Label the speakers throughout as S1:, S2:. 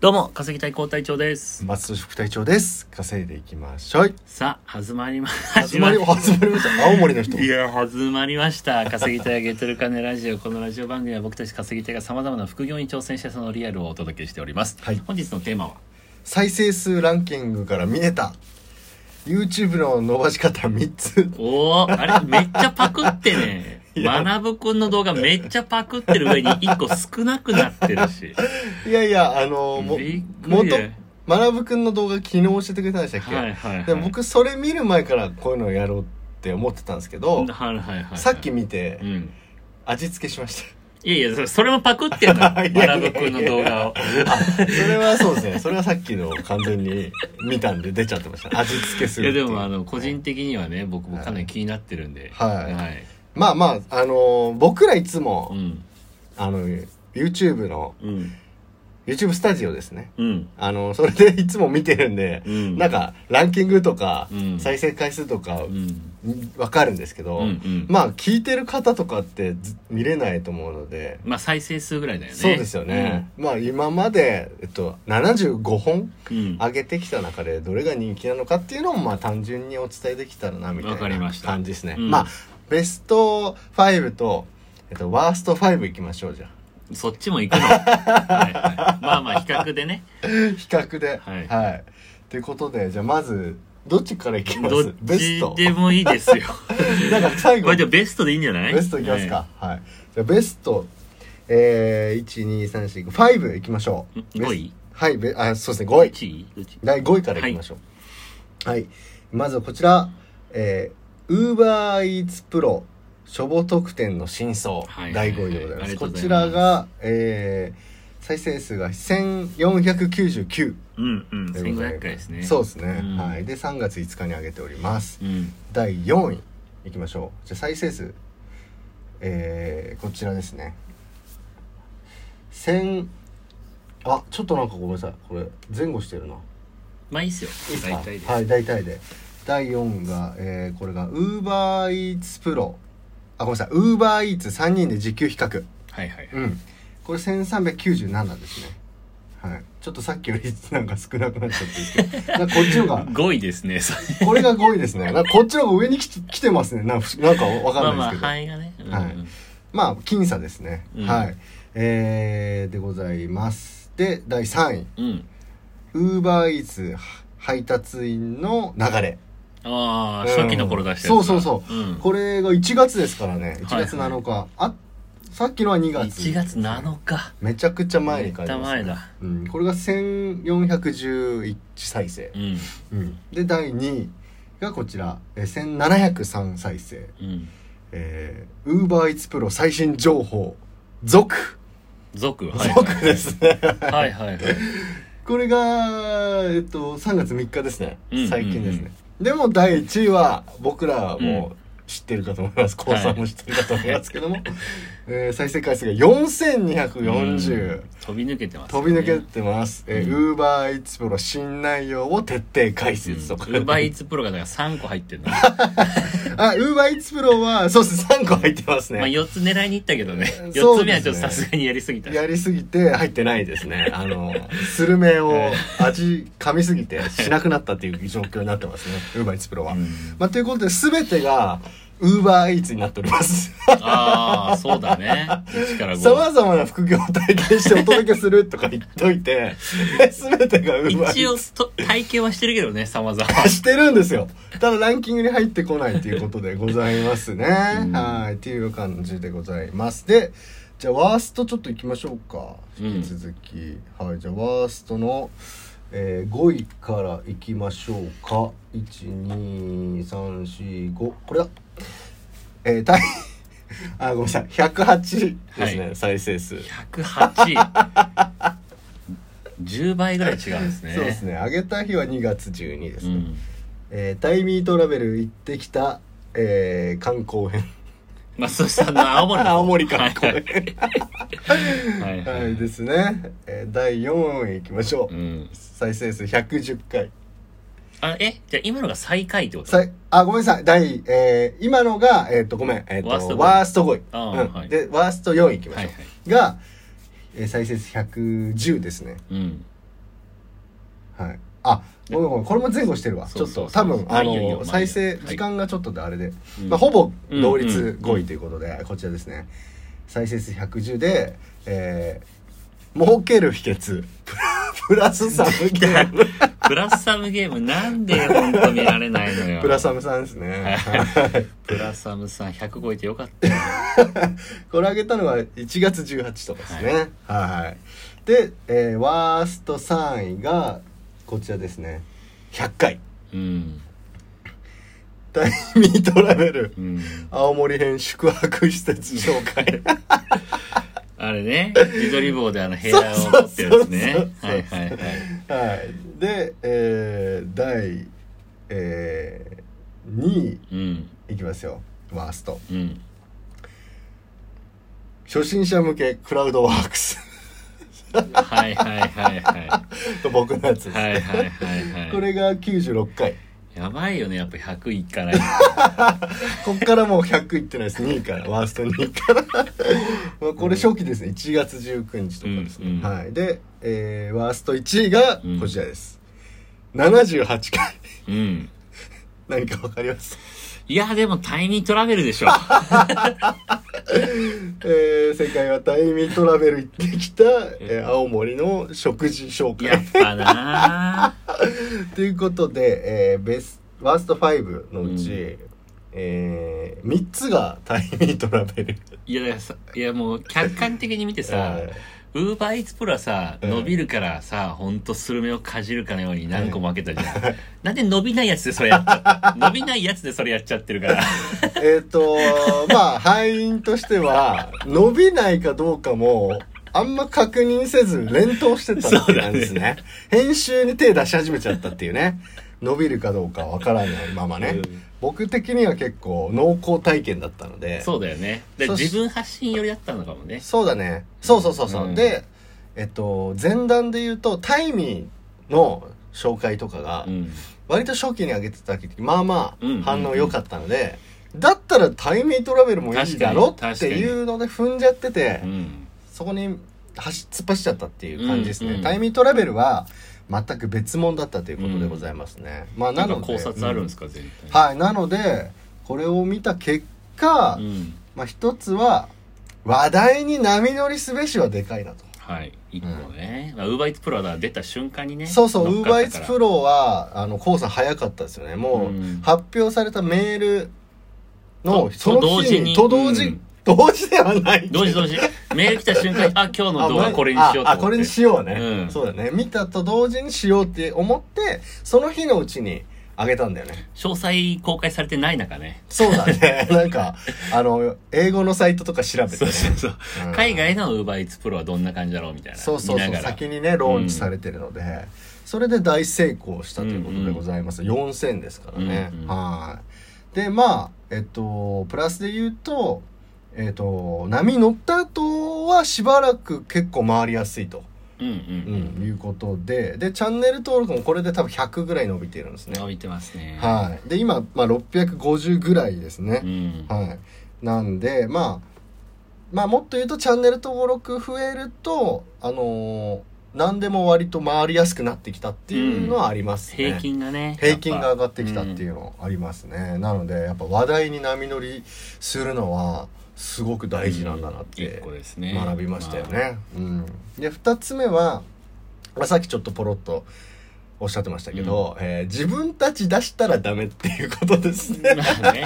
S1: どうも、稼ぎたい高隊長です。
S2: 松戸副隊長です稼いでいきましょう
S1: さあ、始まりま、
S2: 始まり始まりました青森の人
S1: いや、始まりました。稼ぎたいゲットルカネラジオ。このラジオ番組は僕たち稼ぎたいが様々な副業に挑戦してそのリアルをお届けしております。
S2: はい
S1: 本日のテーマは
S2: 再生数ランキングから見えた YouTube の伸ばし方3つ
S1: おー、あれ、めっちゃパクって ね。学ぶくんの動画めっちゃパクってる上に一個少なくなってるし。
S2: いやいやあの
S1: び
S2: も
S1: っくり
S2: 元
S1: で。
S2: 学くんの動画昨日教えてくれたんでしたっけ、
S1: はいはい、はい。
S2: で僕それ見る前からこういうのをやろうって思ってたんですけ
S1: は
S2: ど、
S1: いはいはいはい。
S2: さっき見て
S1: うん。
S2: 味付けしまし
S1: いやいや、それそれもパクってんの。
S2: いやいやいや
S1: 学ぶくんの動画を。
S2: たあそれはそう ですねそれはさっきの完全に見たんで出ちゃってました味付けす
S1: い
S2: る
S1: や
S2: ってい
S1: で
S2: う
S1: もあの個人的にはね僕もかなり気になってるんでは
S2: はい
S1: はい、
S2: まあまああの僕らいつも、
S1: うん
S2: あの YouTube の
S1: うん
S2: YouTube スタジオですね
S1: うん
S2: あのそれでいつも見てるんで、
S1: うん
S2: なんかランキングとか、
S1: うん
S2: 再生回数とか
S1: うん
S2: わかるんですけど、
S1: うんうん
S2: まあ聞いてる方とかってず見れないと思うので、
S1: まあ再生数ぐらいだよね
S2: そうですよね、まあ今まで、えっと、75本
S1: うんうん
S2: 上げてきた中でどれが人気なのかっていうのもまあ単純にお伝えできたらなみた
S1: わかり
S2: い
S1: ま
S2: な
S1: した
S2: 感じですね
S1: うん
S2: まあベスト5と、えっと、ワースト5いきましょうじゃあ
S1: そっちも行 くのはい、はい、まあまあ比較でね
S2: 比較で
S1: は
S2: はいいと、い、うことでじゃあまずどっちからいきま
S1: ど
S2: す
S1: っ
S2: ベス
S1: ち
S2: ト
S1: でもいいですよ
S2: なんか最
S1: こ
S2: 後
S1: れじゃあベストでいいんじゃない
S2: ベストいきますか、はいじゃあベストえー、12345いきましょう
S1: 5位
S2: ベスはいべあそうですね5位
S1: 1位どっち
S2: 第5位からいきましょうはい、まずはこちらえー UberEats Pro 初歩特典の真相、
S1: はい
S2: 第5位でござい
S1: あ
S2: ま
S1: り
S2: す
S1: がとうござい
S2: こ
S1: ます
S2: ちらが、えー、再生数が1499
S1: うんうん
S2: ということ
S1: 1500回ですね
S2: そうですね、
S1: うん
S2: はいで3月5日に上げております
S1: うん
S2: 第4位いきましょうじゃあ再生数えー、こちらですね1000あちょっとなんかごめんなさいこれ前後してるな
S1: まあいいっすよ
S2: いいですか
S1: 大体で、
S2: はい大体で第4が、えー、これが UberEatsPro あごめんなさい UberEats3 人で時給比較
S1: はいはいはい
S2: うんこれ1397ですねはいちょっとさっきよりなんか少なくなっちゃってるんですけどなんかこっちのが
S1: 5位ですねそれ
S2: これが5位ですね。なんかこっちの方が上に来て来てますね。なんかなんかわ
S1: ま
S2: か
S1: あ
S2: ん
S1: ま
S2: ない
S1: あ
S2: です
S1: 範囲がね、う
S2: けど。まあ、
S1: んうん
S2: はい僅差ですね。
S1: うん
S2: はい。えー、でございます。で、第3位。
S1: うん
S2: ウーバーイーツ配達員の流れ。
S1: ああ、
S2: うん
S1: 初期の頃出した
S2: そうそうそう。
S1: うん、
S2: これが1月ですからね。1月
S1: はいはい
S2: 7日。あさっきのは2月。
S1: 1月7日
S2: めちゃくちゃ前
S1: め
S2: に
S1: っ
S2: 書い
S1: ち
S2: て
S1: ゃ
S2: ます、
S1: 前
S2: ね。
S1: だ、
S2: うん、これが1411再生
S1: う、ん
S2: うん、で第2位がこちらえー1703再生
S1: うん
S2: えー、ウーバーイーツプロ最新情報、続、
S1: 族はいはい
S2: 続ですね。
S1: はいはいはい
S2: これが、えっと、3月3日ですね
S1: うんうんうん。
S2: 最近ですね。でも第1位は、僕らも知ってるかと思います。高さんも知ってるかと思います けども、えー再生回数が4240。
S1: 飛び抜けてます、ね、
S2: 飛び抜けてます。え
S1: う
S2: ー、ウーバーイーツプロ新内容を徹底解説とか。
S1: ウーバーイーツプロがだから3個入ってるの
S2: あ、ウーバーイーツプロは、そうです。3個入ってますね。
S1: まあ4つ狙いに行ったけどね
S2: そ
S1: 4つ
S2: う
S1: 目
S2: で
S1: は
S2: すね
S1: ちょっとさすがにやりすぎた
S2: やりすぎて入ってないです ね。あの、スルメを味噛みすぎてしなくなったっていう状況になってますね。ウーバーイーツプロは。
S1: うん
S2: まあ、ということで、すべてがウーバーイーツになっております。
S1: ああそうだね1から
S2: さま
S1: 5
S2: ざまな副業を体験してお届けするとか言っとい て、すべてがウーバーイ
S1: 一
S2: ー
S1: 応
S2: ツ。
S1: と体験はしてるけどねさまざま
S2: してるんですよ。ただランキングに入ってこないということでございますね。
S1: うん
S2: はい。っていう感じでございます。で、じゃあワーストちょっといきましょうか。
S1: うん
S2: 引き続き。はい。じゃあワーストの、えー、5位からいきましょうか。1、2、3、4、5。これだ。えー、大 あ、ごめんなさい。108ですね、
S1: はい
S2: 再生数。
S1: 108 10倍ぐらい違うんですね
S2: そうですね。上げた日は2月12です
S1: う
S2: ね。
S1: ん
S2: えータイミートラベル行ってきた、えー観光編。
S1: まあそしたら青森の方
S2: 青森観光
S1: はい
S2: 編。
S1: はいはい
S2: はい、ですね。えー第4位行きましょう。
S1: うん
S2: 再生数110回。
S1: あえじゃあ今のが最下位ってこと
S2: さいあ、ごめんなさい。第、えー今のが、えっ、と、ごめん。えっ、
S1: ワースト5
S2: と、
S1: 位
S2: ワースト5位。
S1: あーはい
S2: で、ワースト4位行きましょ
S1: は
S2: う。
S1: いは
S2: が、えー再生数110ですね。
S1: うん
S2: はいあごめんごめんこれも前後してるわち
S1: そう
S2: ょっ
S1: そう
S2: と
S1: そう
S2: 多分あ
S1: あいいよいいよまあいいよ
S2: の再生
S1: はい
S2: 時間がちょっとであれで、
S1: うん
S2: まあ、ほぼ同
S1: うん
S2: 率
S1: うん
S2: 5位ということでこちらですね再生数110でえー、儲ける秘訣 プラプラスサム ゲーム
S1: プラスサムゲームなんで本当見られない のよ
S2: プラサムさんですね
S1: プラサムさん100超えてよかったよ
S2: これあげたのは1月18とかですねはい、はい、で、えーワースト3位がこちらですね100回
S1: うん
S2: タイミートラベル
S1: うん
S2: 青森編宿泊施設紹介
S1: あれね自撮り棒であの部屋を持ってるやつね
S2: そうそうそうそう
S1: はいはいはい
S2: はい、で、えー第、え2
S1: うん
S2: 位いきますよワースト
S1: うん
S2: 初心者向けクラウドワークス
S1: はいはいはいはい
S2: と僕のやつです、
S1: はいはいはいはい
S2: これが96回
S1: やばいよねやっぱ100いかない
S2: こっからもう100いってないです2位からワースト2位から まあこれ初期ですね1月19日とかですね、
S1: うんうん
S2: はい、で、えーワースト1位が
S1: うん
S2: こちらです、78回
S1: うん
S2: 何かわかります
S1: いやでもタイミートラベルでし ょ
S2: えー、世界はタイミートラベル行ってきた、えー青森の食事紹
S1: や
S2: 介
S1: っぱな
S2: ということで、えーベスワースト5のうち、
S1: うん
S2: えー、3つがタイミートラベル
S1: いやだからさいやもう客観的に見て さ
S2: はい
S1: ウーバーイーツプロはさ
S2: うん
S1: 伸びるからさ、ほんとスルメをかじるかのように何個も開けたじゃん、 なんで伸びないやつでそれやっちゃ っ伸びないやつでそれやっちゃってるから
S2: えっ、とまあ敗因としては伸びないかどうかもあんま確認せず連投してたっていう感じですね編集に手出し始めちゃったっていうね伸びるかどうかわからないままね、
S1: うん
S2: 僕的には結構濃厚体験だったので
S1: そうだよねで
S2: そし
S1: 自分発信寄りだったのかもね
S2: そうだねそうそうそうそう、
S1: うん
S2: でえっと前段で言うとタイミーの紹介とかが
S1: うん
S2: 割と初期に上げてた時まあま
S1: うんうんう
S2: あ
S1: ん
S2: 反応良かったので、だったらタイミートラベルもいいだろ
S1: 確かに
S2: っていうので踏んじゃってて、
S1: うん
S2: そこに走突っ走っちゃったっていう感じですね、
S1: うんうん
S2: タイミートラベルは全く別物だったということでございますね、まあ
S1: な
S2: な
S1: か
S2: んので
S1: 考察あるんですか全
S2: うん
S1: 体
S2: はいなのでこれを見た結果、
S1: うん
S2: まあ一つは話題に波乗りすべしはでかいなと
S1: はい一個ね、まあ、ウーバーイーツプロは出た瞬間にね
S2: そうそう、ウ
S1: 乗
S2: ー
S1: っか
S2: バ
S1: っ
S2: ーイ
S1: たか
S2: ツ
S1: ら
S2: プロは、あの、コウさん早かったですよね。もう、
S1: うん
S2: 発表されたメール
S1: と
S2: の、その
S1: と同
S2: 日
S1: 時に
S2: に、と同
S1: う
S2: 時
S1: ん、
S2: 同時ではない。
S1: 同時同時メール来た瞬間にあ今日の動
S2: ま
S1: 画これにしようと思って
S2: ああこれにしようね、
S1: うん
S2: そうだね見たと同時にしようって思ってその日のうちにあげたんだよね
S1: 詳細公開されてない中ね
S2: そう だねなんかあの英語のサイトとか調べて、
S1: そう
S2: ね、
S1: そうそう、
S2: うん
S1: 海外のウーバーイーツプロはどんな感じだろうみたいな
S2: そうそう
S1: 見
S2: そう
S1: ながら
S2: 先にねローンチされてるので、それで大成功したということでございます、4000ですからね、
S1: うんうん
S2: はいでまあえっとプラスで言うとえっと波乗った後はしばらく結構回りやすいと、
S1: うんう
S2: うんんいうことででチャンネル登録もこれで多分100ぐらい伸びてるんですね、
S1: 伸びてますね
S2: はいで今、まあ、650ぐらいですね、
S1: うん
S2: はい、なんでまあまあもっと言うとチャンネル登録増えるとあのー何でも割と回りやすくなってきたっていうのはありますね、
S1: 平均がね
S2: 平均が上がってきたっていうのはありますね、なのでやっぱ話題に波乗りするのはすごく大事なんだ
S1: うん
S2: なっ
S1: 一
S2: て
S1: 個ですね
S2: 学びましたよね、うん、で2つ目は、まあ、さっきちょっとポロッとおっしゃってましたけど、えー自分たち出したらダメっていうことです ね
S1: まあまあね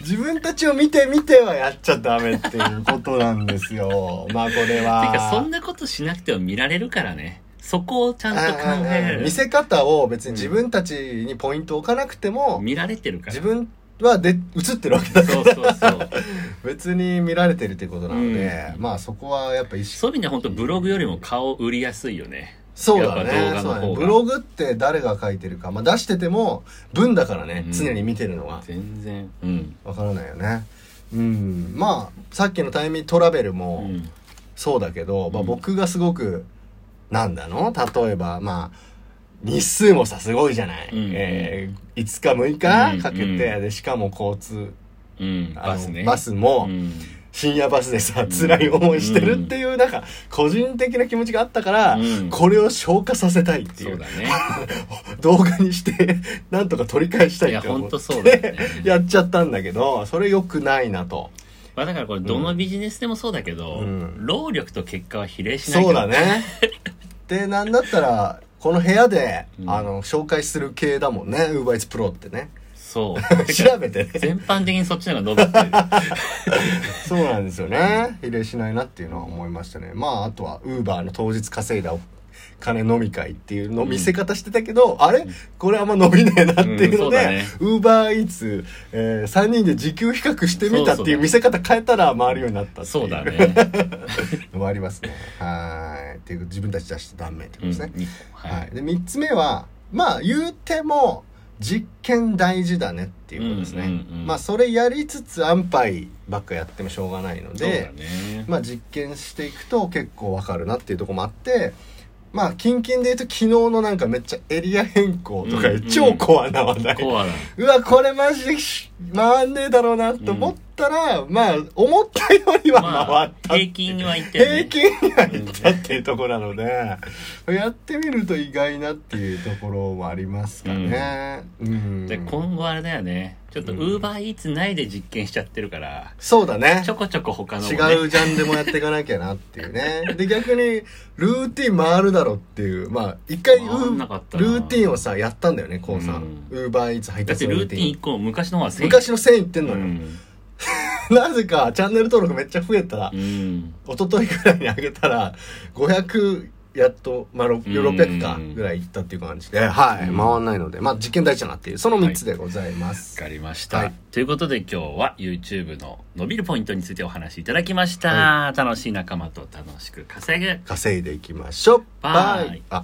S2: 自分たちを見て見てはやっちゃダメっていうことなんで すよ。まあこれは。
S1: てかそんなことしなくても見られるからねそこをちゃんと考え
S2: う
S1: る
S2: ん見せ方を別に自分たちにポイントを置かなくても、
S1: 見られてるから
S2: 自分はで映ってるわけだ
S1: そうそう そう
S2: 別に見られてるってことなので、
S1: うん
S2: まあそこはやっぱ意識
S1: そういう意味では本当ブログよりも顔売りやすいよね
S2: そうだ
S1: やっ
S2: ね
S1: ぱ動画の
S2: そうだ
S1: 方
S2: ね
S1: が
S2: ブログって誰が書いてるか、まあ、出してても文だからね、
S1: うん
S2: 常に見てるのは
S1: 全然うん
S2: わからないよねうんまあさっきのタイミングトラベルも、
S1: うん
S2: そうだけど、まあ、
S1: うん
S2: 僕がすごく、なんだの例えばまあ日数もさすごいじゃない、
S1: うん
S2: えー5日6日
S1: うん
S2: かけて、
S1: うん
S2: でしかも交通
S1: うん
S2: あの
S1: バスね
S2: バスも、
S1: うん
S2: 深夜バスでさ辛い思いしてるっていうなんか個人的な気持ちがあったから、
S1: うん
S2: これを消化させたいってい
S1: そう
S2: う
S1: だね
S2: 動画にしてなんとか取り返した
S1: い
S2: い
S1: や
S2: って
S1: 本
S2: 思っ
S1: 当
S2: て
S1: そうだよね
S2: やっちゃったんだけどそれ良くないなと
S1: まあだからこれどのビジネスでもそうだけど、
S2: うん
S1: 労力と結果は比例しない
S2: そ
S1: から
S2: うだね でなんだったらこの部屋で、
S1: うん
S2: あの紹介する系だもんね UberEats って ね
S1: そう
S2: 調べてね
S1: 全般的にそっちの方が伸びてる
S2: そうなんですよね比例しないなっていうのは思いましたねまああとはウーバーの当日稼いだお金飲み会っていうのを見せ方してたけど、あれこれあんま伸びねえなっていう
S1: うんそ
S2: の
S1: うだ
S2: で
S1: ね
S2: ウーバーイーツ3人で時給比較してみたっていう見せ方変えたら回るようにな ったってい
S1: そうだ
S2: う
S1: ね、
S2: のもありますねはいっていう自分たち出して断面ってこ
S1: う
S2: と
S1: ん
S2: ですね、
S1: は
S2: はいい、で3つ目はまあ言うても実験大事だねっていうことですね、
S1: うんうんうん
S2: まあそれやりつつ安牌ばっかやってもしょうがないの
S1: そうだ
S2: で、
S1: ね
S2: まあ実験していくと結構わかるなっていうところもあってまあ近々で言うと昨日のなんかめっちゃエリア変更とかいう
S1: うんうん
S2: 超コアな話題、う
S1: コアラ
S2: わこれマジでし回んねえだろうなと思ったら、まあ思ったよりは
S1: ま
S2: 回
S1: あ
S2: ったってい
S1: 平
S2: う
S1: 均はいったよね
S2: 平均にはいったっていうところなので、やってみると意外なっていうところもありますかね。うん
S1: で今後あれだよねちょっと
S2: う
S1: ウ
S2: ん
S1: ーバーイーツ内で実験しちゃってるから、
S2: そうだね
S1: ち。ょこちょこ他のも
S2: 違
S1: ね
S2: うジャンルもやっていかなきゃなってい うね。で、逆に、ルーティン回るだろうっていう。まあ、一回ウ
S1: 回ん
S2: ー
S1: なかったな
S2: ルーティンをさ、やったんだよね、こうさん。
S1: う
S2: ウーバーイーツ配
S1: だって
S2: 達の
S1: ル
S2: ル
S1: ー
S2: ーテ
S1: ティ
S2: ィ
S1: ン
S2: ン
S1: 1。個昔の方は1000
S2: 昔の1000いってんの
S1: う
S2: よ。
S1: ん、
S2: なぜか、チャンネル登録めっちゃ増えた。
S1: うん、
S2: 一昨日ぐらいに上げたら500やっと、まあ、ろ600か
S1: うん
S2: ぐらいいったっていう感じで、はい、
S1: うん
S2: 回んないのでまあ実験大事だなっていうその3つでございま
S1: わ
S2: す、
S1: かりました、
S2: はい
S1: ということで今日は YouTube の伸びるポイントについてお話しいただきました、楽しい仲間と楽しく稼ぐ
S2: 稼いでいきましょう
S1: バイ
S2: あ